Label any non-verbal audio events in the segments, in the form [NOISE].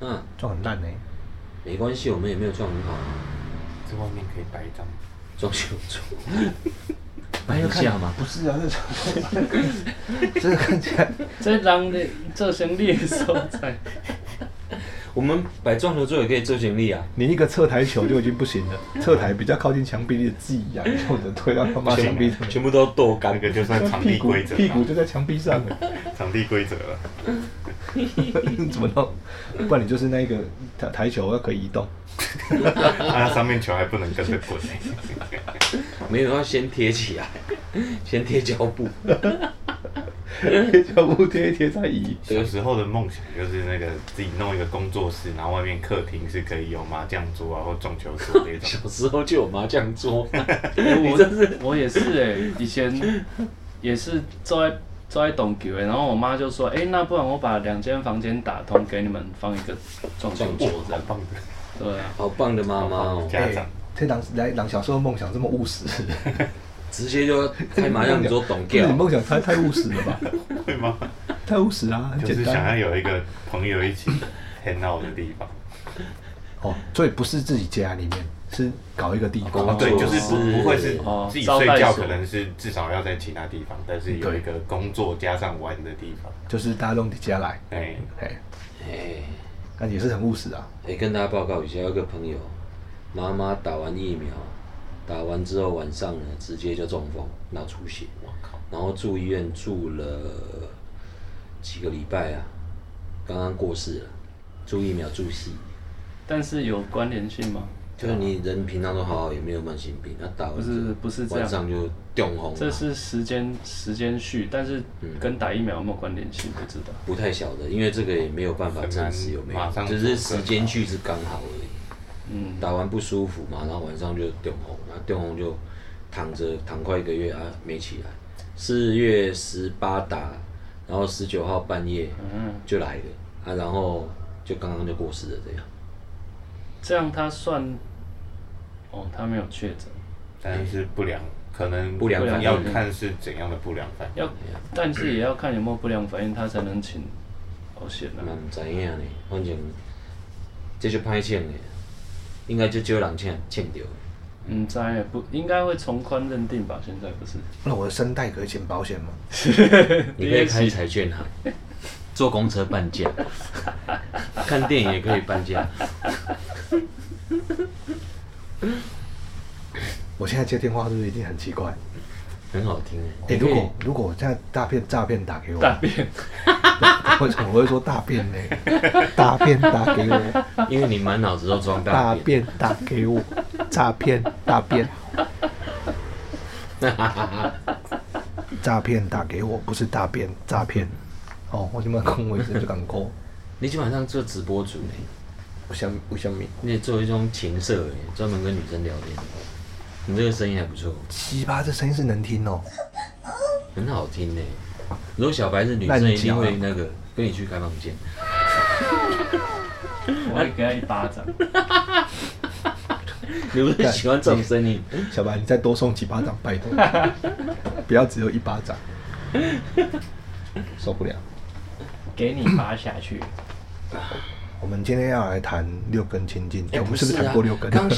嗯，撞很烂呢、没关系，我们也没有撞很好啊，这外面可以摆一张，装修桌，摆一下嘛。不是啊，这这个看起来这人的做生意的所 [LAUGHS] 在，我们摆撞球桌也可以做行李啊，你一个侧台球就已经不行 [LAUGHS] 了，侧台比较靠近墙壁的自己呀，你就能推到他妈墙壁上，全部都豆干那。个就算场屁地股规则屁股了，就在墙壁上了， [LAUGHS] 场地规则了。怎么弄？不然你就是那个台台球要可以移 [LAUGHS] 动，啊，上面球还不能跟着 [LAUGHS] 滚、欸，没有要先贴起来，先贴胶布。脚步贴一贴再移。小时候的梦想就是那个自己弄一个工作室，然后外面客厅是可以有麻将桌啊或撞球桌那 [LAUGHS] 种。小时候就有麻将桌，哎我真是我也是哎、以前也是坐在坐在董球的，然后我妈就说，哎、那不然我把两间房间打通，给你们放一个撞球桌好这样，棒的对啊， [LAUGHS] 好棒的妈妈哦，家长，这狼来狼小时候梦想这么务实，直接就开麻将桌懂这掉 [LAUGHS] 你。梦想太太务实了 [LAUGHS] 吧？会吗？太务实啊，很就是简想要单。有一个朋友一起 hang out 的地方。哦，所以不是自己家里面，是搞一个地工方作。哦对，就是是不不会是哦自己招睡待觉，所可能是至少要在其他地方，但是有一个工作加上玩的地方。就是大家弄起家来，哎，哎，哎，那也是很务实啊。哎，跟大家报告一下，有一个朋友，妈妈打完疫苗，打完之后晚上呢，直接就中风，脑出血，我靠，然后住医院住了几个礼拜啊，刚刚过世了，住疫苗住戏。但是有关联性吗？就是你人平常都好好，也没有慢性病，那打完啊不是就不是这样晚上就啊掉红了，这是时间时间序，但是跟打疫苗有没有关联性不知道。不太晓得，因为这个也没有办法证实有没很难马有，上只做是个时间去是刚好而已。嗯，打完不舒服嘛，然后晚上就掉红，然后掉红就躺着躺快一个月啊，没起来。四月十八打，然后十九号半夜嗯就来了啊，然后就刚刚就过世了这样。这样他算，哦，他没有确诊，但是不良可能不良反应要看是怎样的不良反应。要，但是也要看有没有不良反应，他才能请保险啊嘛。毋知影呢，反正这就歹请的，应该就少人请请着。嗯，知道不应该会从宽认定吧？现在不是？那我的声带可以请保险吗？你可以开彩券行，坐公车半 [LAUGHS] 价，看电影也可以半价。我现在接电话是不是一定很奇怪？很好听哎、哎，如果如果我现在大便诈骗打给我，大便，为什么 [LAUGHS] 我会说大便呢？大便打给我，因为你满脑子都装大大便，便打给我，诈骗大便，诈骗打给我，不是大便诈骗。哦，我今麦讲话时就敢讲， [LAUGHS] 你基本上做直播主呢、我想我想米你也做一种情色哎、专门跟女生聊天。你这个声音还不错，鸡巴这声音是能听哦，很好听呢、如果小白是女那生，你一定会听那个跟你去开房 [LAUGHS] 间。我会给他一巴掌。你不是喜欢这种声音？小白你再多送几巴掌，拜 [LAUGHS] 托，不要只有一巴掌，受不了。给你拔下去。我们今天要来谈六根清净，哎我们是不是啊谈过六根？刚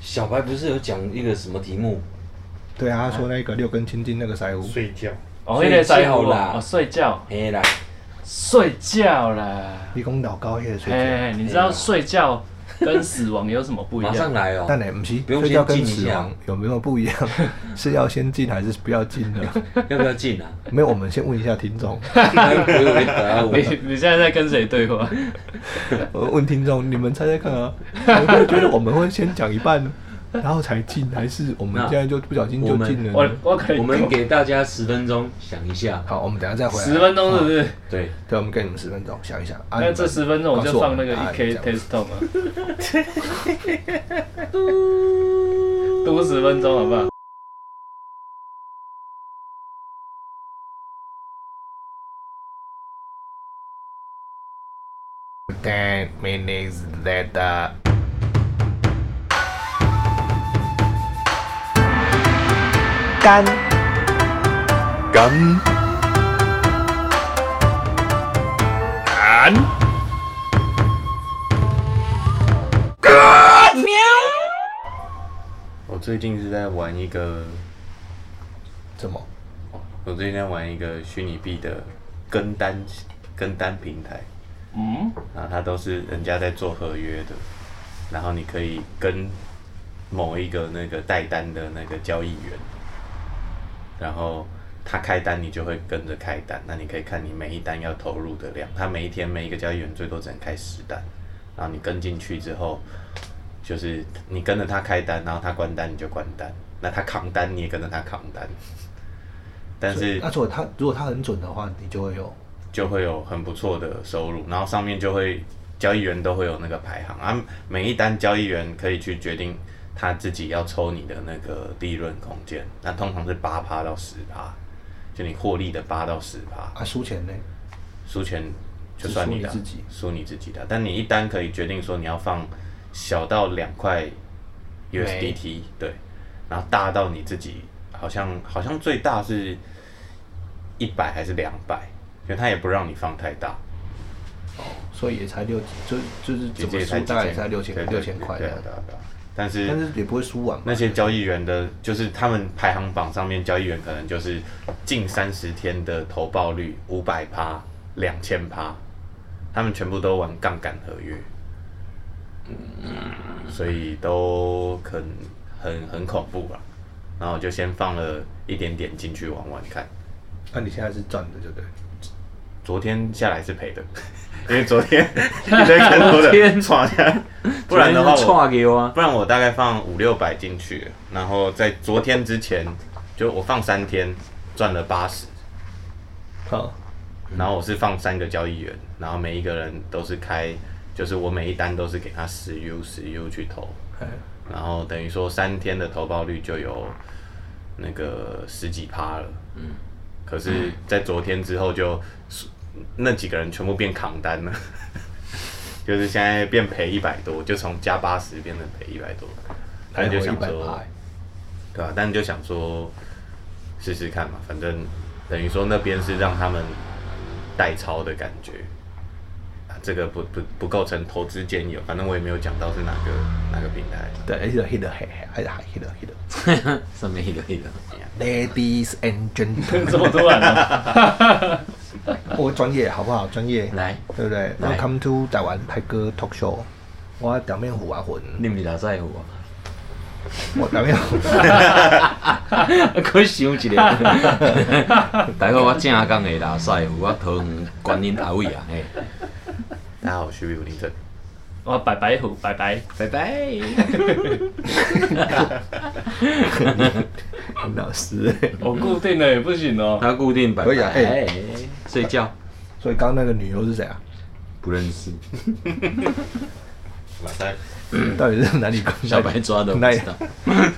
小白不是有讲一个什么题目？ [LAUGHS] 对啊，他说那个六根清净那个腮胡，睡觉，哦，睡那个在乎觉啦哦，睡觉，嘿啦，睡觉啦。你讲老高迄个水哎，你知道睡觉跟死亡有什么不一马上样？来哦、但呢，不是不用睡觉先跟进一死下亡有没有不一样？ [LAUGHS] 是要先进还是不要进呢？要不要进啊？没有，我们先问一下听 [LAUGHS] 众，不用你打我你。你现在在跟谁对话？我问听众，你们猜猜看 [LAUGHS] 啊？你会觉得我们会先讲一半，然后才进，还是我们那现在就不小心我就们进了我呢？我可以我们给大家十分钟想一下，好，我们等一下再回来。十分钟是不是？对，对，我们给你们十分钟，想一想。啊那这十分钟我就放那个一 K。你们告诉我们答案这样 test tone 啊，嘟十分钟好不好？ Ten minutes later。干干干最近是在玩一个，怎么？我最近在玩一个虚拟币的跟单跟单平台，嗯，然啊后它都是人家在做合约的，然后你可以跟某一个那个带单的那个交易员，然后他开单，你就会跟着开单。那你可以看你每一单要投入的量，他每一天每一个交易员最多只能开十单，然后你跟进去之后，就是你跟着他开单，然后他关单你就关单，那他扛单你也跟着他扛单， [LAUGHS] 但是那如果他如果他很准的话，你就会有就会有很不错的收入，然后上面就会交易员都会有那个排行啊，每一单交易员可以去决定他自己要抽你的那个利润空间，那通常是八趴到十趴，就你获利的八到十趴，啊输钱呢？输钱就算你的啊，是输你自己输你自己的啊，但你一单可以决定说你要放小到两块 USDT，对，然后大到你自己好像好像最大是一百还是两百，因为他也不让你放太大。所以也才六，就就是怎姐么姐才输几大概也才千，六千对六千块对这对样对，啊对啊但是但是也不会输完嘛。那些交易员的，就是他们排行榜上面交易员可能就是近三十天的投报率五百趴、两千趴，他们全部都玩杠杆合约，嗯所以都很很很恐怖吧。然后我就先放了一点点进去玩玩看，那你现在是赚的，对不对？昨天下来是赔的， [LAUGHS] 因为 [LAUGHS] 昨天一堆更多我天的闯下来，不然的话我错给我啊。不然我大概放五六百进去，然后在昨天之前，就我放三天赚了八十，好，然后我是放三个交易员，然后每一个人都是开，就是我每一单都是给他十 U 十 U 去投，哎，然后等于说三天的投报率就有那个十几趴了。嗯，可是，在昨天之后就那几个人全部变扛单了， [LAUGHS] 就是现在变赔一百多，就从加八十变成赔一百多，还他有就一想百说趴，，对啊，但就想说试试看嘛，反正等于说那边是让他们代抄的感觉，啊、这个不不不构成投资建议哦，反正我也没有讲到是哪个哪个平台。对，黑的黑的黑，还是黑的黑的。什么一个一个？ Ladies and [LAUGHS] gentlemen，这么突然啊？我专业好不好？专业，来，对不对来？Welcome to 台湾泰哥 Talk Show，我表面虎啊混，你毋是哪在乎啊？我表面虎。可想一个，大哥，我正港的哪在乎？我桃园观音阿伟啊，嘿，大家好，我是魏武林正。哇，白白虎，拜拜。拜拜。很老实。 [LAUGHS] 我哦固定的也不行哦。他固定拜可以啊拜，睡觉所以刚刚那个女优是谁啊？不认识，马赛， [LAUGHS] 到底是哪里弄？小白抓的不哪里知道。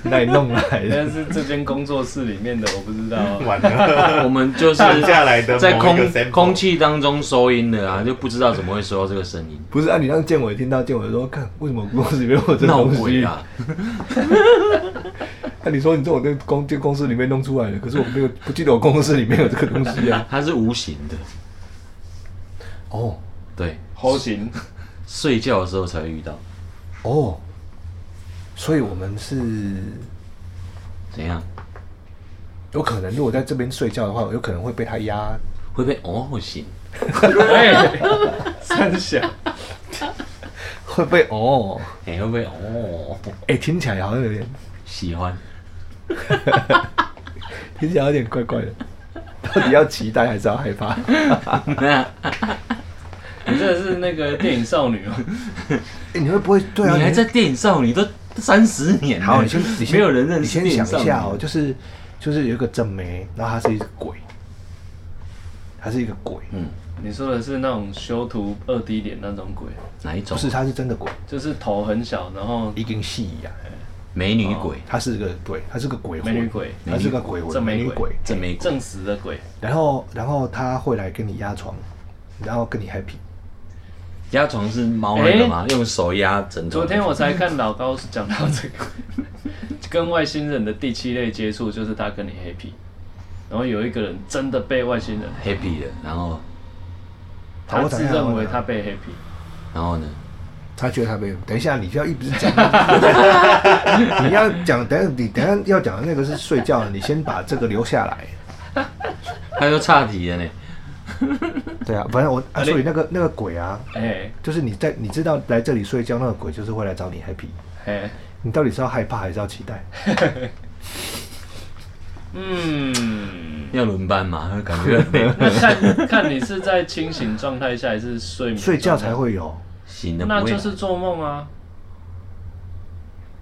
哪里 [LAUGHS] 弄来的？但是这间工作室里面的我不知道啊、完 [LAUGHS] 了，我们就是放下来的在某一个空 sample 空气当中收音的啊，就不知道怎么会收到这个声音，不是啊，你让建伟听到，建伟说：“看，为什么公司里面有这闹东鬼西？”啊！那、你说你这种在公这公司里面弄出来的，可是我没有不记得我公司里面有这个东西啊。它是无形的， [LAUGHS] 哦对，猴形，睡觉的时候才会遇到。哦，所以我们是怎样？有可能，如果在这边睡觉的话，有可能会被他压。会被哦醒？哎，三小，会被哦，哎、会不会哦？哎、听起来好像有点，喜欢？听起来有点怪 [LAUGHS] 怪的。到底要期待还是要害怕？啊啊你真的是那个电影少女哦。欸、你会不会对啊？你还在电影少女都三十年了，好，你先，你先没有人认识电你先影想少一女下哦，就是就是有一个正妹，然后她是一个鬼，她是一个鬼，嗯，你说的是那种修图二 D 脸那种鬼，哪一种？不是她是真的鬼，就是头很小，然后一根细呀，美女鬼，她是个对，她是个鬼美女魂，鬼，她是个鬼魂，正美美女鬼鬼，真美鬼。正死的鬼，然后然后她会来跟你压床，然后跟你 happy，压床是猫那个吗？哎用手压枕头。昨天我才看老高讲到这个，跟外星人的第七类接触就是他跟你 happy，然后有一个人真的被外星人， happy 了，然后他我等自一下认我等为一下他被 happy，然后呢？他觉得他没有。等一下，你就要一直讲， [LAUGHS] 你要讲，等一下你等一下要讲的那个是睡觉的，你先把这个留下来。他又岔题了呢。对啊，反正我啊，所以那个那个鬼啊，哎就是你在你知道来这里睡觉，那个鬼就是会来找你 happy。哎，你到底是要害怕还是要期待？嗯，要轮班嘛，感 [LAUGHS] 觉很累 [LAUGHS] 那看看你是在清醒状态下还是睡眠睡觉状态才，会有，醒的那不会就啦。是做梦啊，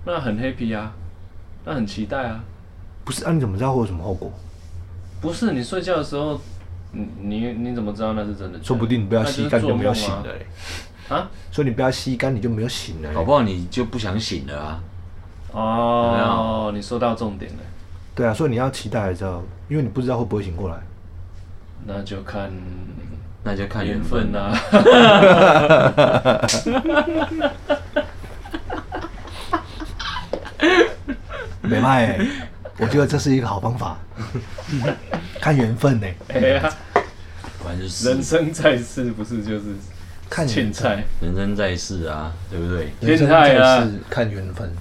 那很 happy 啊，那很期待啊。不是啊？你怎么知道会有什么后果？不是你睡觉的时候，你你你怎么知道那是真的？说不定你不要吸干就那就是做没梦有啊醒了、欸， [LAUGHS] 啊？所以你不要吸干你就没有醒了、搞欸。不好你就不想醒了啊。哦，你说到重点了，对啊，所以你要期待还是要，因为你不知道会不会醒过来。那就看那就看缘缘分分啦、啦、啊。没卖、欸，我觉得这是一个好方法，看缘分欸呢、 [LAUGHS] 哎呀，啊反正就是人生在世不是就是看欠缘分，债，人生在世啊，对不对？人生天害啊在世看缘分。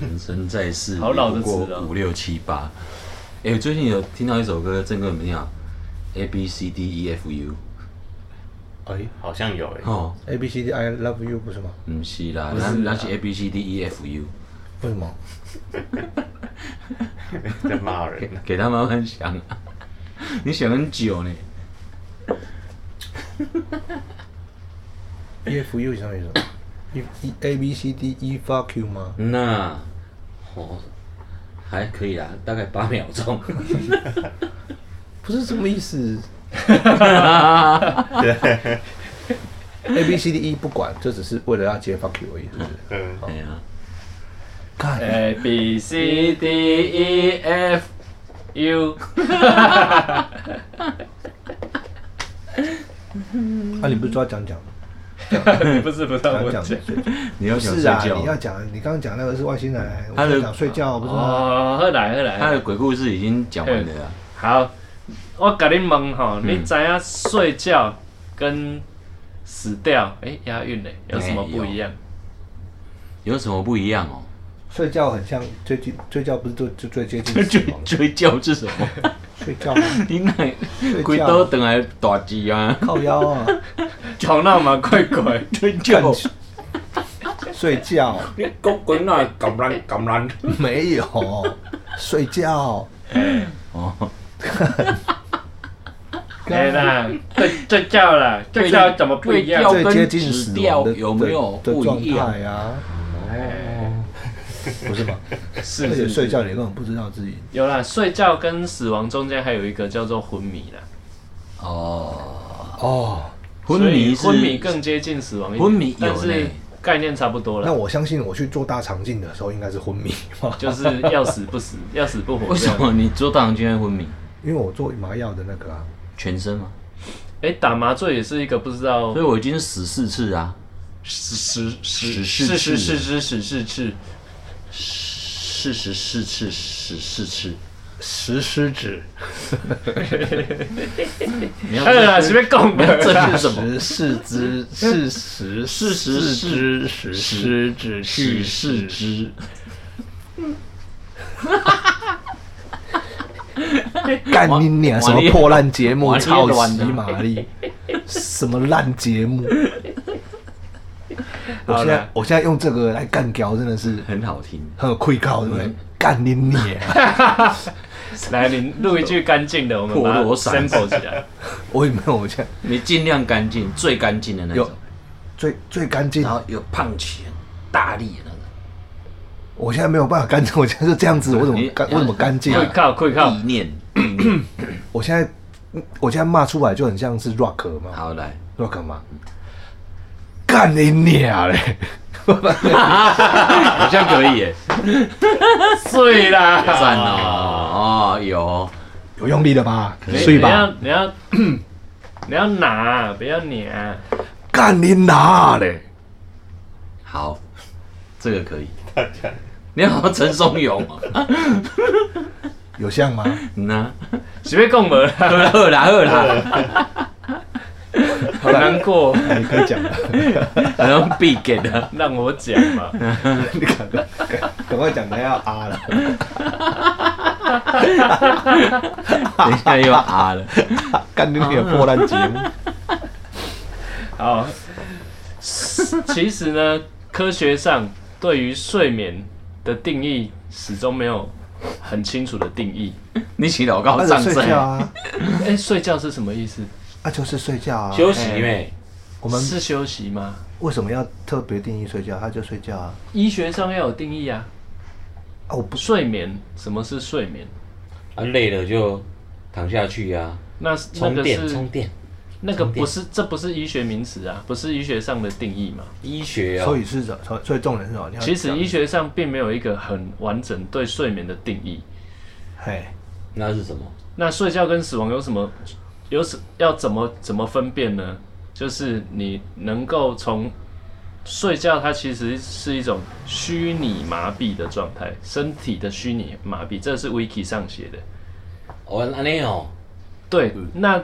人生在世，好老的词哦过五六七八。哎、我最近有听到一首歌，郑哥你们听啊？A B C D E F U。哎、好像有哎、哦， A B C D I love you 不是吗？不是啦，是那啊那是 A B C D E F U，为什么？在骂人给。给他慢慢 [LAUGHS] 想啊。你想很久呢， E F U 相当于什么？E E A B C D E fuck you 吗？那哦还可以啦，大概八秒钟。不是什么意思。A B C D E 不管，这只是为了要接 fuck you 而已，是不是？嗯， [LAUGHS] 哎呀，看，哎 A B C D E F [LAUGHS] U，那啊你不是说要讲讲吗？嗯不是不是我讲讲讲睡觉。你要不想睡是啊，觉你要。讲，你刚刚讲那个是外星人，他我的在讲睡觉，不是吗？哦，喝来喝他的来，鬼故事已经讲完了啊，好，我甲你问吼，嗯你知影睡觉跟死掉，哎、押韵嘞，有什么不一样？有什么不一样哦？睡觉很像最近睡觉不是就就最接近 [LAUGHS] 死追亡？追叫是什么？睡觉吗？ [LAUGHS] 你 [LAUGHS] 那睡鬼觉都等来大鸡 [LAUGHS] 啊！靠腰啊，哎吵闹嘛，怪怪。 [LAUGHS] 追叫，睡觉你讲鬼那感染感染。没有睡觉，哦，对啦，这这叫啦，这叫怎么不一样？对最接近跟死死亡的掉有没有的的不状一样态啊？不是吗？是而且是睡是，觉你根本不知道自己有啦，睡觉跟死亡中间还有一个叫做昏迷啦。哦，哦。昏所以迷是昏迷更接近死亡一点，昏迷有但是呢概念差不多那了，我相信我去做大肠镜的时候应该是昏迷吧，就是要死 [LAUGHS] 不死，要死不活为这什样。么你做大肠镜会昏迷？因为我做麻药的那个啊，全身吗？哎，打麻醉也是一个不知道所以我已经死四次啊，十十十十四次是四是是是是是是，十四次，十四次。石狮子，你要哎 [LAUGHS] 呀，随便讲你要的。这是什么？石四只，是石四十四只石狮子去世之。干你娘！什么破烂节目，王力超王力级玛丽，什么烂节目！我现在我现在用这个来干掉，真的是很好听，很有愧靠，对不对？干你娘！来，你录一句干净的，我们把它破锣嗓 sample 起来。我也没有，我现在你尽量干净，最干净的那种有，最最干净然，后有胖起大力的那种。我现在没有办法干净，我现在就这样子，我怎么干？你我怎么干净？啊会靠会靠意念，意念。我现在嗯我现在骂出来就很像是 rock 嘛好来， ，rock 嘛，干你娘嘞！好像可以耶，碎啦， [LAUGHS] 赞哦，哦有，有用力了吧？你睡吧，你要你要你要拿，不要撵。干你娘嘞！好，这个可以。你好，陈松勇哦，有像吗？ [LAUGHS] 嗯呐，随便讲无啦，喝啦喝啦，好难过，哎你可以讲了，好像必给的，让我讲嘛。 [LAUGHS] 你赶快赶快讲，他要啊了。等一下又要啊了，干你个破烂节目，好，其实呢，科学上对于睡眠的定义始终没有很清楚的定义。你祈祷告那上就睡身，觉啊，哎、睡觉是什么意思？啊就是睡觉啊。休息呗。我们是休息吗？为什么要特别定义睡觉？他就睡觉啊。医学上要有定义啊。啊，我不睡眠，什么是睡眠？啊，累了就躺下去呀、啊，那那充个电充是电。那个不是，这不是医学名词啊，不是医学上的定义嘛。医学哦所，以是什所以所以重点是什么？你要其实讲医学上并没有一个很完整对睡眠的定义。嘿，那是什么？那睡觉跟死亡有什么，有什要怎么怎么分辨呢？就是你能够从睡觉，它其实是一种虚拟麻痹的状态，身体的虚拟麻痹，这是 Wiki 上写的。哦，安尼哦，对，那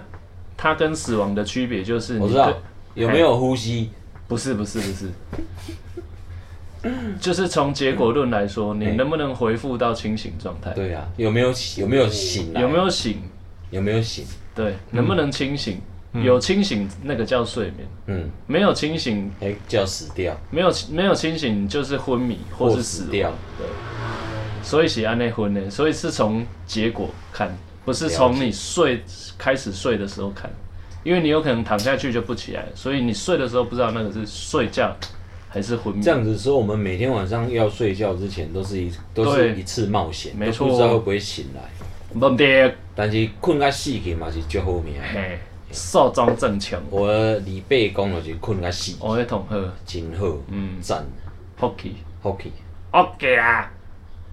它跟死亡的区别就是你我知道跟，有没有呼吸？不是不是不是，就是从结果论来说，你哎能不能恢复到清醒状态？对啊，有没有有没有醒来？哎有没有醒？有没有醒？对，能不能清醒？有清醒那个叫睡眠，嗯，没有清醒，哎，叫死掉没有没有清醒就是昏迷或是死死亡掉。所以是安内昏呢，所以是从结果看，不是从你睡开始睡的时候看，因为你有可能躺下去就不起来了，所以你睡的时候不知道那个是睡觉还是昏迷。这样子说，我们每天晚上要睡觉之前都是一都是对一次冒险，没错都不知道会不会醒来。不对，但是困到死去嘛是最好命的。嘿，少壮正强，我的礼拜讲就是困到死，我会同喝真好，哦嗯赞， hockey 好去。 OK 啦。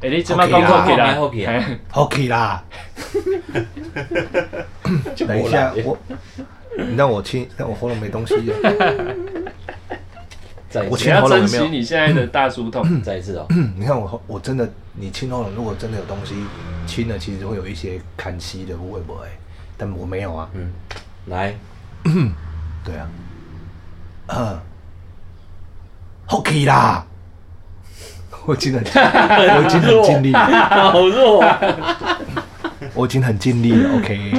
哎、你怎么讲 Hockey 啦 Hockey hockey 啊啦？好 k 啦。等一下，我你让我清，让我喉咙没东西了。再一我你次清，要喉咙有珍没惜有？你现在的大叔痛。再一次哦。你看我喉，我真的，你清喉咙如果真的有东西清了，其实会有一些砍息的，会不会？但我没有啊。嗯，来， [LAUGHS] 对啊，嗯，好 k 啦。我已经很，我已经很尽力了。好弱啊！我已经很尽力了，OK。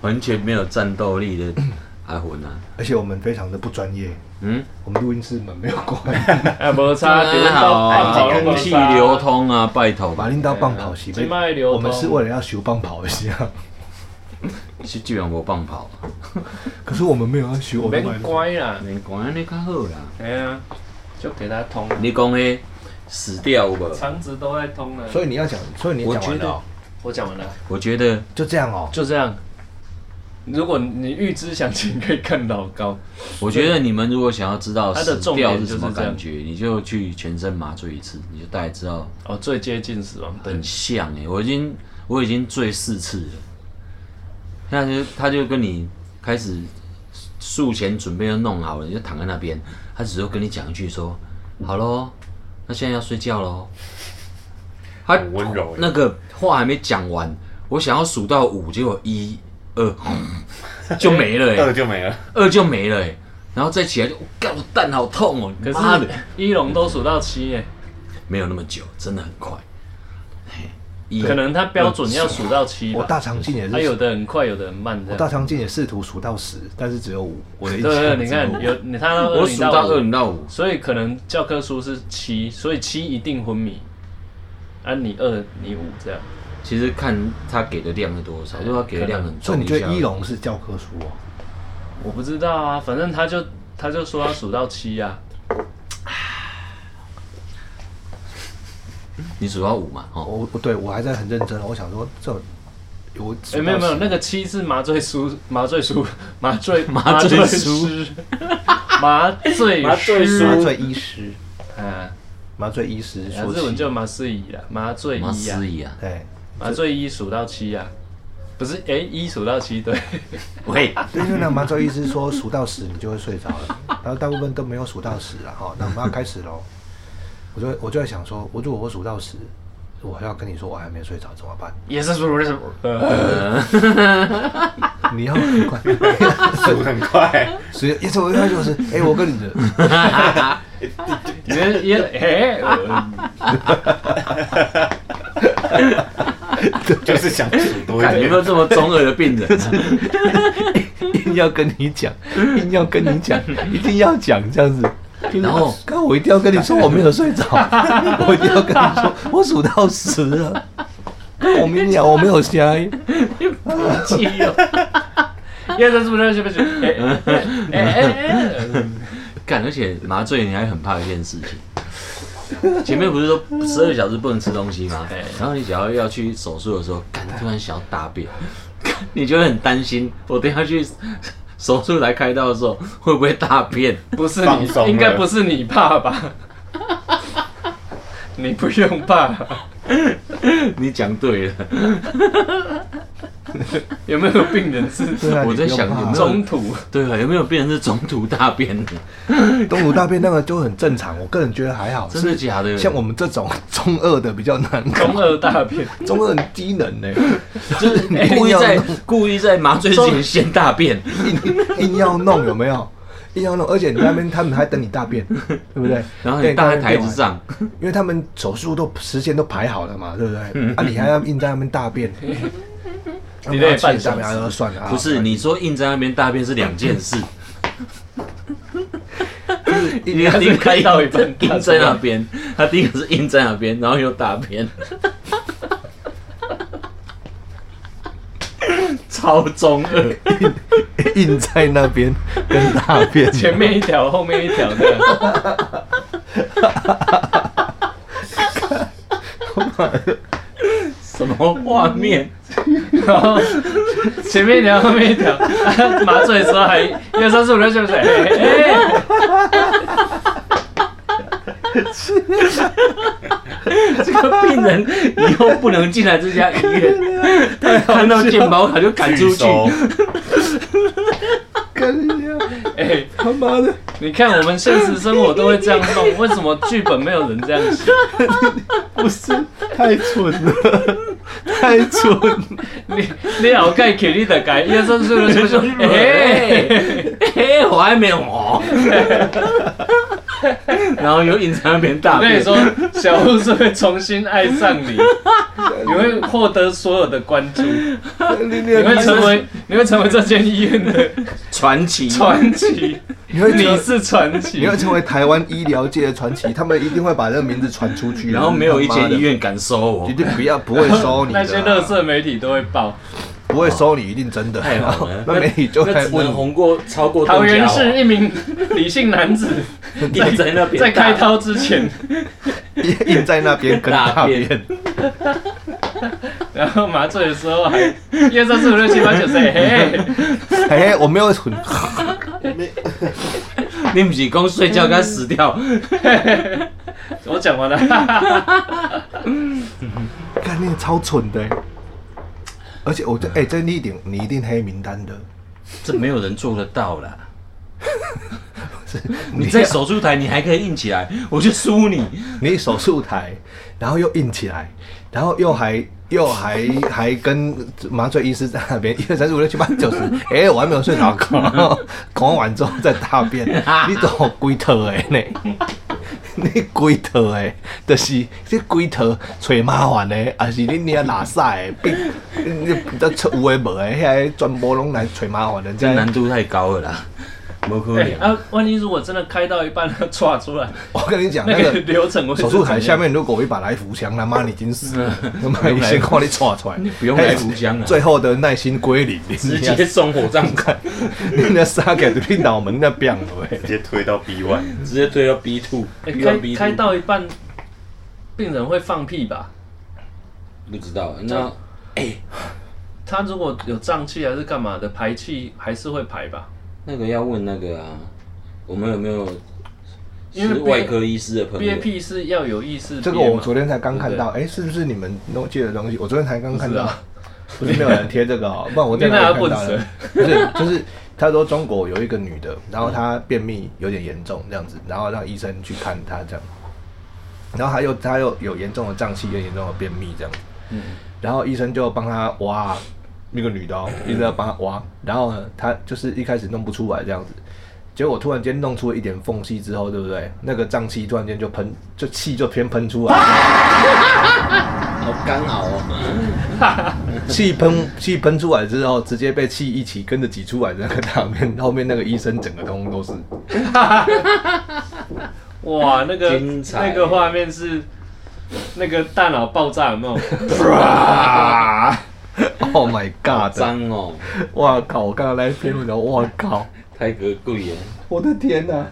完全没有战斗力的阿魂啊。而且我们非常的不专业，嗯，我们录音室门没有关，哎，无差，哎真好跑啊，路空气流。通啊，拜托。马铃铛棒跑席这摆流我们通是为了要修棒跑一啊下，是居然无棒跑， [LAUGHS] 可是我们没有要修，我们买免的乖啊啦，啊你讲安尼较好啦。哎呀，就给他通了，你讲诶死掉有无？肠子都在通了。所以你要讲，所以你我讲觉完了得哦，我讲完了，我觉得就这样哦。就这样。如果你预知详情，可以看老高。我觉得你们如果想要知道它的死重掉点是就是什么感觉，你就去全身麻醉一次，你就大概知道哦，最接近死亡很等像哎、我已经我已经醉四次了，那就他就跟你开始术前准备都弄好了，你就躺在那边，他只是跟你讲一句说，好喽，那现在要睡觉喽。他 [LAUGHS] 很温柔欸那个话还没讲完，我想要数到五，结果一二 [LAUGHS] 就没了、欸二，就没了。二就没了、欸，然后再起来就，我干、我蛋好痛哦、可妈的是，一龙都数到七耶，没有那么久，真的很快。嘿一可能他标准要数到七我吧。大肠镜也他有是，的很快，有的很慢我这大样。肠镜也试图数到十，但是只有五，我的印对象。对，你看有你他到我二，数到二，五你到五，所以可能教科书是七，所以七一定昏迷。啊，你二你五这样，其实看他给的量是多少，如果他给的量很哎所以重，你觉一得下一龙是教科书哦？我不知道啊，反正他就他就说他数到七啊，你数到五嘛，哦，我我对我还在很认真哦，我想说这有哎、没有没有，那个七是麻醉书， [LAUGHS] 麻醉书，麻醉麻醉书师， [LAUGHS] 麻醉麻醉麻醉医师，啊，麻醉医师啊说日文起，叫麻醉医啊，麻醉妈医啊，思怡啊，对，麻醉医数到七啊，不是哎一数到七 [LAUGHS] 对，喂，对，因为那麻醉医师说数到十你就会睡着了，然后大部分都没有数到十了哈。那我们要开始喽，我就我就在想说，我如果我数到十， [LAUGHS] 呃我还要跟你说我还没睡着怎么办？也是数是，你要很快，速 [LAUGHS] 很快，所以一直我要就是，哎、我跟你的，也也 [LAUGHS] 哎，呃就是想数多一看有没有点。这么中二的病人啊、 [LAUGHS] 硬要跟你讲，硬要跟你讲，一定要讲这样子。然后刚刚我一定要跟你说我没有睡 [LAUGHS] 着，我一定要跟你说我数到十了。我明讲我没有瞎，气哦， [LAUGHS] 一二三四五六七八九，哎哎哎哎哎，呃干，而且麻醉你还很怕一件事情。前面不是说十二小时不能吃东西吗哎对？然后你想要要去手术的时候，干突然想要大便，干你就会很担心，我等一下去手术来开刀的时候会不会大便？不是放松你，了应该不是你怕 [LAUGHS] 吧？你不用怕，你讲对了，有没有病人是对啊，我在想你不有用没怕有中途？对啊了，有没有病人是中途大便的？东吴大便那个就很正常，我个人觉得还好。真的嗯是假的？像我们这种中二的比较难搞，中二大便，中二很低能呢、 [LAUGHS] 就是 [LAUGHS] 故意在故意在麻醉之前先大便，硬要弄有没有？硬要弄，而且你那边他们还等你大 [LAUGHS] 便，对不对？然后等你搭在便台子完，上，因为他们手术都时间都排好了嘛，对不嗯对？啊，你还要硬在那边大 [LAUGHS] 便，你那也半半大小便，时然后算了啊，不是你说硬在那边大便是两件事。硬你要看，是你看看到一半硬在那边，他第一个是硬在那边，然后又大便， [LAUGHS] 超中二，硬在那边跟大便，前面一条，后面一条这样，什么画面？然后前面一条，后面一条， [LAUGHS] 啊麻醉的时候还一二三四五六七八九，哎哎哎，这个病人以后不能进来这家医院，看到健保卡就赶出拒去。收 [LAUGHS] 跟人家哎，他妈的你看我们现实生活都会这样弄，为什么剧本没有人这样写？不是太蠢了，太蠢了，你你好盖给你的改，一二三四五六七八九，哎，哎哎，我还没有哦， [LAUGHS] 然后又硬在那边大我跟你便，说， [LAUGHS] 小鹿是会重新爱上你，你会获得所有的关 [LAUGHS] 注，你你你会成为你会成为这间医院的传奇，传奇， [LAUGHS] 你会你成是传奇，你会成为台湾医疗界的传奇，他们一定会把这个名字传出去，然后没有一他妈间的医院敢收我一。定不要不会收你的 [LAUGHS] 啊，那些乐色媒体都会报，不会收你，一定真的。太好了 [LAUGHS] 那媒体就那在只能问，红过超过啊啊桃邓家园华市一名理性男子硬在那边在开大刀之 [LAUGHS] 前，硬在那边跟大大便，便，然后麻醉的时候还一二三四五六七八九十，嘿，哎，我没有 [LAUGHS] 很， [LAUGHS] 你不是光睡觉该死掉，我讲完了，哈哈看那个超蠢的欸。而且我这哎，这一点你一定黑名单的。这没有人做得到啦。你在手术台，你还可以硬起来，我就输你。你手术台，然后又硬起来，然后又还又还还跟麻醉医师在那边一二三四五六七八 [LAUGHS] 九十，哎，我还没有睡着，讲完之后再大 [LAUGHS] 便，你都龟头的呢？你龟头的，就是这龟头找麻烦的，还是你捏垃圾的，并你这出有的无的，遐全部拢来找麻烦的，这这难度太高了啦，没可 [LAUGHS] 嘿，能。啊，万一如果真的开到一半， [LAUGHS] 抓出来，我跟你讲，那啊那个 [LAUGHS] 个流程会是手术台怎样下面如果有一把来福枪，他妈你已经死了，他妈你先看你戳出来，你不用来福枪了最后的耐心归零，你直接送火葬 [LAUGHS] 场，你那杀给你脑门那边了喂， [LAUGHS] 直接推到 B one，直接推到 B two，欸逼到 B 开开 two。到一半，病人会放屁吧？不知道那他如果有胀气还是干嘛的，排气还是会排吧？那个要问那个啊，我们有没有因为是憋外科医师的朋憋友？屁是要有意识憋嘛。这个我昨天才刚看到，对哎，是不是你们弄借的东西？我昨天才刚看不到是啊，不是没有人贴这个哦，不然我在哪里看到你的？ [LAUGHS] 不是，就是他说中国有一个女的，然后她便秘有点严重这样子，然后让医生去看她这样，然后她又她又有严重的胀气跟严重的便秘这样子，然后医生就帮她挖一个女的、哦，一直要帮她挖，然后呢，她就是一开始弄不出来这样子，结果突然间弄出了一点缝隙之后，对不对？那个胀气突然间就喷，就气就偏喷出来，好刚好哦， [LAUGHS] 气喷气喷出来之后，直接被气一起跟着挤出来的那个场面，后面那个医生整个通通都是， [LAUGHS] 哇，那个精彩那个画面是那个大脑爆炸有没 [LAUGHS] 有？啊！Oh my 好 god！脏哦，哇靠！我刚刚来评论的，哇靠！太可贵了。我的天哪、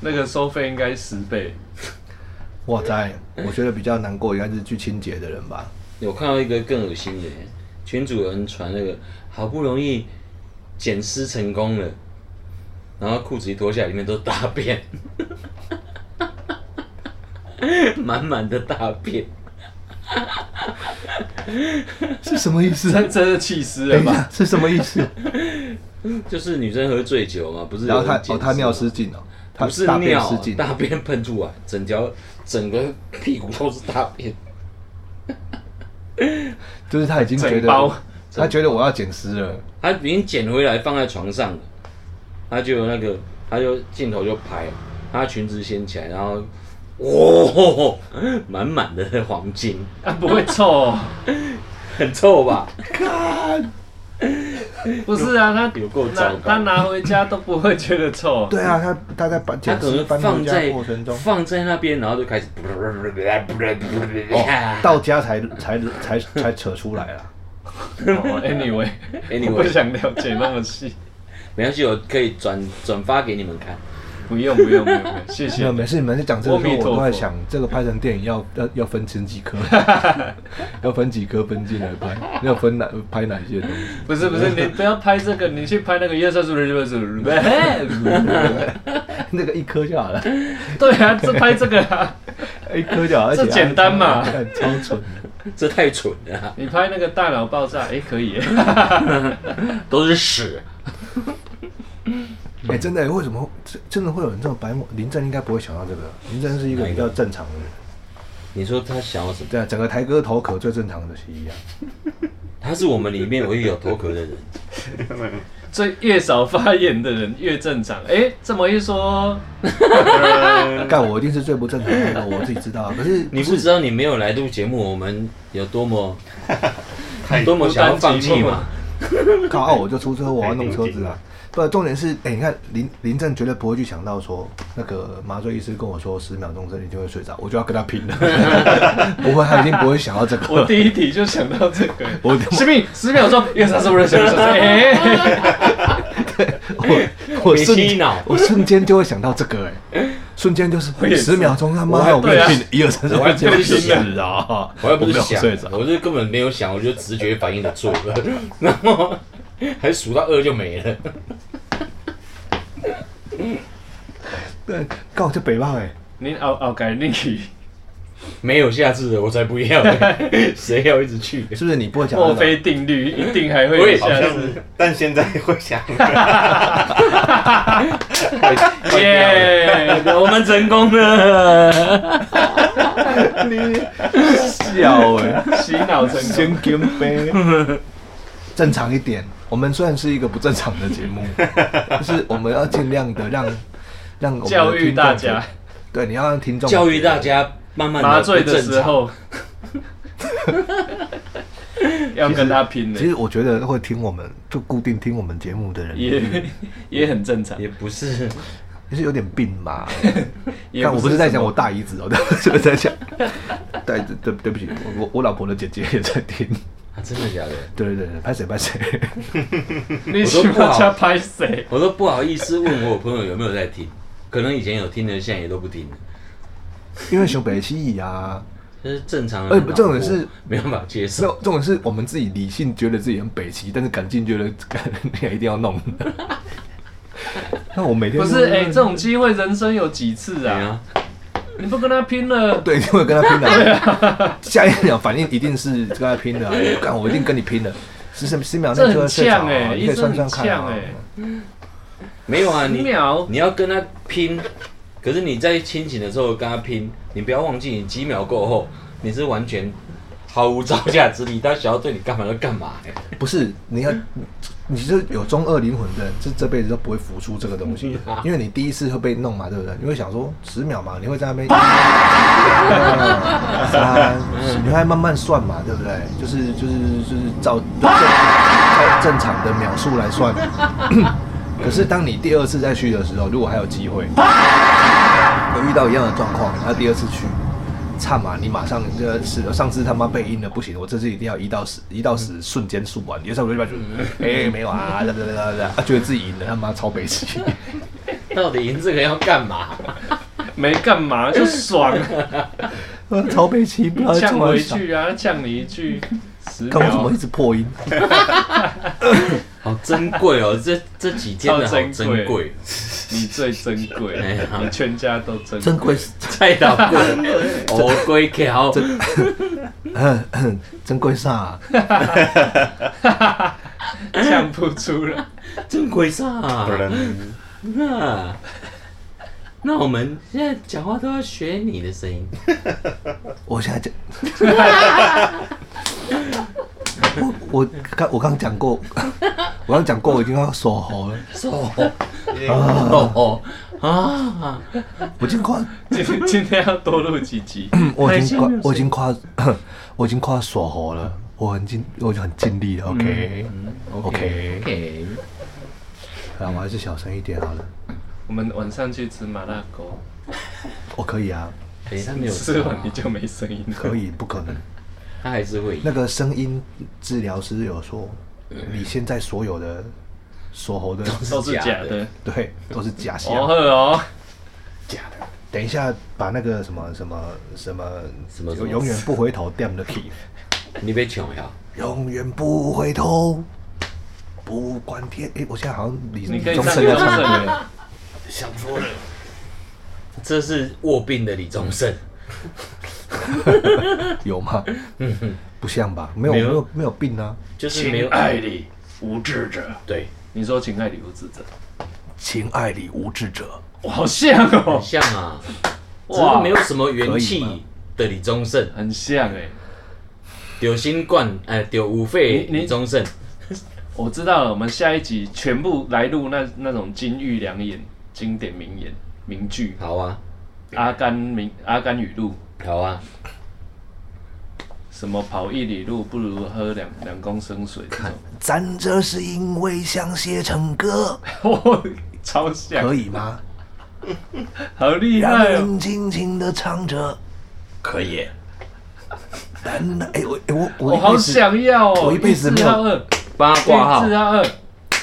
那个收费应该十倍。哇塞！我觉得比较难过应该是去清洁的人吧。有看到一个更恶心的，群主有人传那个好不容易捡尸成功了，然后裤子一脱下来，里面都是大便，满满的大便，是什么意 [LAUGHS] 思？真真的气死等了一吧？下，是什么意 [LAUGHS] 思？就是女生喝醉酒嘛，不是？然后他哦，他尿，失禁哦，他不是大便尿失，禁，大便喷出来，整条整个屁股都是大便，就是他已经觉整包 [LAUGHS] 得他觉得我要捡尸了，他已经捡回来放在床上了，他就有那个，他就镜头就拍，他裙子掀起来，然后。哇、满满的黄金，啊，不会臭、哦？很臭 [LAUGHS] 吧？啊不是啊，他有够糟拿糕他拿回家都不会觉得臭。哦 [LAUGHS] 对啊，他他在搬他捡可尸能搬放回家在的过程中，放在那边，然后就开始，哦，到家才才才才扯出来啊啦。哦 anyway，我不 anyway，想了解那么细，没关系，我可以转转发给你们看。不用不用不用，不用谢 [LAUGHS] 没有，谢。每次你们在讲这个时阿弥陀候，我佛都在想，这个拍成电影要要要分成几颗， [LAUGHS] 要分几颗分镜来拍，要分哪拍哪些东西？不是不是，你不要拍这个，你去拍那个夜色是不是不是？ [LAUGHS] 那个一颗就好了，对啊，这拍这个啊，一颗就好，而且这简单嘛还超蠢的。这太蠢了啊，你拍那个大脑爆炸，哎，可以耶。都是屎。 [LAUGHS] 哎，真的，为什么会真真的会有人这么白目？林正应该不会想到这个，林正是一个比较正常的 [LAUGHS] 人。你说他想要什么？对啊，整个台哥头壳最正常的是一 [LAUGHS] 样。他是我们里面唯一有头壳的人。最越少发言的人越正常。哎，这么一说，干，我一定是最不正常的那个，我自己知道啊。可是你不知道你没有来录节目，我们有多么太多么想要放弃嘛？靠啊，我就出车祸，我要弄车子啊。不，重点是，哎、你看林林正绝对不会去想到说，那个麻醉医师跟我说十秒钟之内一定会睡着，我就要跟他拼了。不会，他一定不会想到这个。我第一题就想到这个。我十秒十秒钟，夜色是不是不是？哎，我我别瞬洗脑我瞬间就会想到这个、哎，瞬间就是也是十秒钟，他妈我也的我跟对啊你拼，一二三四五我也六七八跟你九拼了十啊！我也不没是有想睡着，，我是根本没有想，我就直觉反应的做 [LAUGHS] 了，然后还数到二就没了。对，刚好在北浪哎、您熬熬改另题，没有下次了，我才不 [LAUGHS] 要欸、谁要一直去？是不是你不会讲、那墨个？菲定律一定还会我也有好好下像次。是，但现在会想，耶！我们成功了。笑哎、洗脑成功。先干杯，正常一点。我们虽然是一个不正常的节 [LAUGHS] 目，但是我们要尽量的让让我们的教育听众大家，对，你要让听众教育大家慢慢地麻醉不的正常时，候要跟他拼其的，实我觉得会听我们就固定听我们节目的人，也也很正常。也不是也是有点病吧？也但我不是在讲我什么，大姨子哦，我是在讲，对对对不起，我我我老婆的姐姐也在听，啊，真的假的？对对对，拍谁拍 [LAUGHS] 谁，你喜我都不欢好家拍谁？我都不好意思问我朋友有没有在听，可能以前有听的，现在也都不听了。因为熊北七乙啊，就是正常人哎很不难过，这种人是没办法接没受有，，这种是我们自己理性觉得自己很北齐，但是感性觉得你也一定要弄。那我每天不都是哎，这种机会人生有几次对啊？啊，你不跟他拼了，对，就会跟他拼的。下一秒反应一定是跟他拼的、啊，干我一定跟你拼的。十十十秒内就会睡着、这很呛啊，欸你可以算算看、医生很呛啊欸。没有啊，十你秒你要跟他拼，可是你在清醒的时候跟他拼，你不要忘记，你几秒过后你是完全毫无招架之力，他想要对你干嘛就干嘛、欸。 [LAUGHS] 不是你要，你是有中二灵魂的人，这这辈子都不会服输这个东西，因为你第一次会被弄嘛，对不对？你会想说十秒嘛，你会在那边 [LAUGHS] 二三，你会慢慢算嘛，对不对？就是就是就是照正照正常的秒数来算。 [COUGHS] 可是当你第二次再去的时候，如果还有机会，有遇到一样的状况，那第二次去，差嘛，你马上这是上次他妈被阴了，不行，我这次一定要一到十，一到十瞬间数完，有时候我就把就哎没有啊，哒哒哒哒，啊觉得自己赢了，他妈超悲戚。 [LAUGHS] 到底赢这个要干嘛？没干嘛就爽，超悲戚，不知道在呛冲哪我一小句啊，呛你一句，十看我怎么秒一。直破音，好珍贵哦，这这几天的好超珍贵珍贵，你最珍贵，哎呀你全家都珍珍贵菜刀 [LAUGHS] 贵，哦龟壳，嗯珍贵啥啊？呛不出来。 [LAUGHS] 珍贵啥？嗯那那我们现在讲话都要学你的声音， [LAUGHS] 我现在讲， [LAUGHS] 我我刚我刚讲过，我刚讲过，我已经要锁喉了，哦哦哦 [LAUGHS] 啊！我已经快，今今天要多录几集，嗯我已经快，我已经快， [COUGHS] 我已经快要锁喉了，我很尽，我就很尽力了，OK，OK，、嗯 OK，然后我还是小声一点好了，我们晚上去吃麻辣锅，我可以啊，哎，他没有吃错完啊你就没声音了。可以，不 [LAUGHS] 可能。他还是会那个声音治疗师有说，你现在所有的锁喉的， [LAUGHS] 都是假的，对，都是假象。哦呵哦，等一下，把那个什么什么什么什么什永么永远不回头 damn the key，你被抢呀？永远不回头，不管天。诶，我现在好像李你李可以宗唱盛在歌唱歌。了，这是卧病的李宗盛，嗯有吗？不像吧？没嗯有没没有有没有病啊！就是没有你无知者。对，你说情爱里无知者，情爱里无智者，哇，好像 [LAUGHS] 哦很，像啊，只哇是没有什么元可以吗气的李宗盛，很像哎。丢新冠，哎，丢五肺你你李宗盛，我知道了，我们下一集全部来录那那种金玉良言、经典名言、名句，好啊，阿甘名阿甘语录，好啊，什么跑一里路不如喝两两公升水这种。咱这是因为想写 [LAUGHS] 成歌，哦， [LAUGHS] 超像，可以吗？好厉让害哦！人轻轻的唱着。 [LAUGHS] 可以，但哎、我诶我我我好一辈子想要哦，我一辈子没有一至二，帮他挂一号至，二，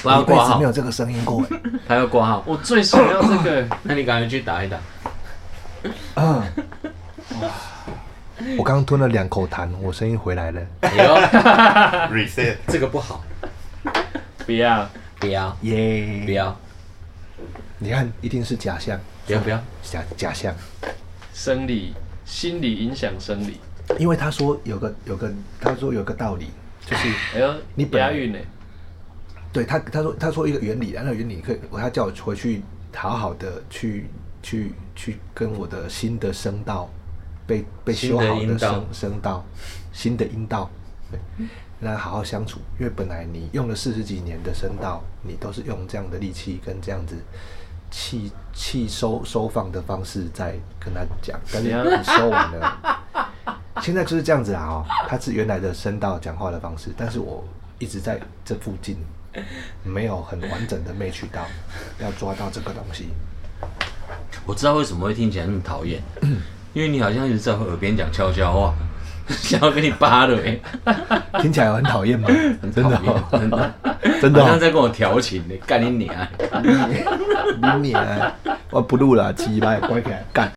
帮他我一辈挂子号没，有这个声音过 [LAUGHS] 诶。他要挂号，我最想要这个。那你赶快去打一打，嗯，我刚吞了两口痰，我声音回来了。哎呦， [LAUGHS] reset 这个不好，不要，不要，耶、不要，你看，一定是假象，不要，不要，假假象，生理、心理影响生理。因为他说有个有个，他说有个道理，就是哎呦，你本来押韵呢？对他他说他说一个原理，然后原理可以，他叫我回去好好的去去去跟我的新的声道被被修好新的的阴道声声道，新的阴道。对跟他好好相处，因为本来你用了四十几年的声道，你都是用这样的力气跟这样子气气收收放的方式在跟他讲， [LAUGHS] 但是怎样啊你收完了，现在就是这样子啊、哦，他是原来的声道讲话的方式，但是我一直在这附近没有很完整的 match 到，要抓到这个东 [LAUGHS] 西，我知道为什么会听起来那么讨 [CLEARS THROAT] 厌，因为你好像一直在我耳边讲悄悄话， [LAUGHS] 想要跟你扒的、欸，听起来很讨厌吗？很真讨的、厌，哦， [LAUGHS] 真的，真的、好像哦，在跟我调情呢、干你娘欸！你你我不录了，鸡巴关起来干。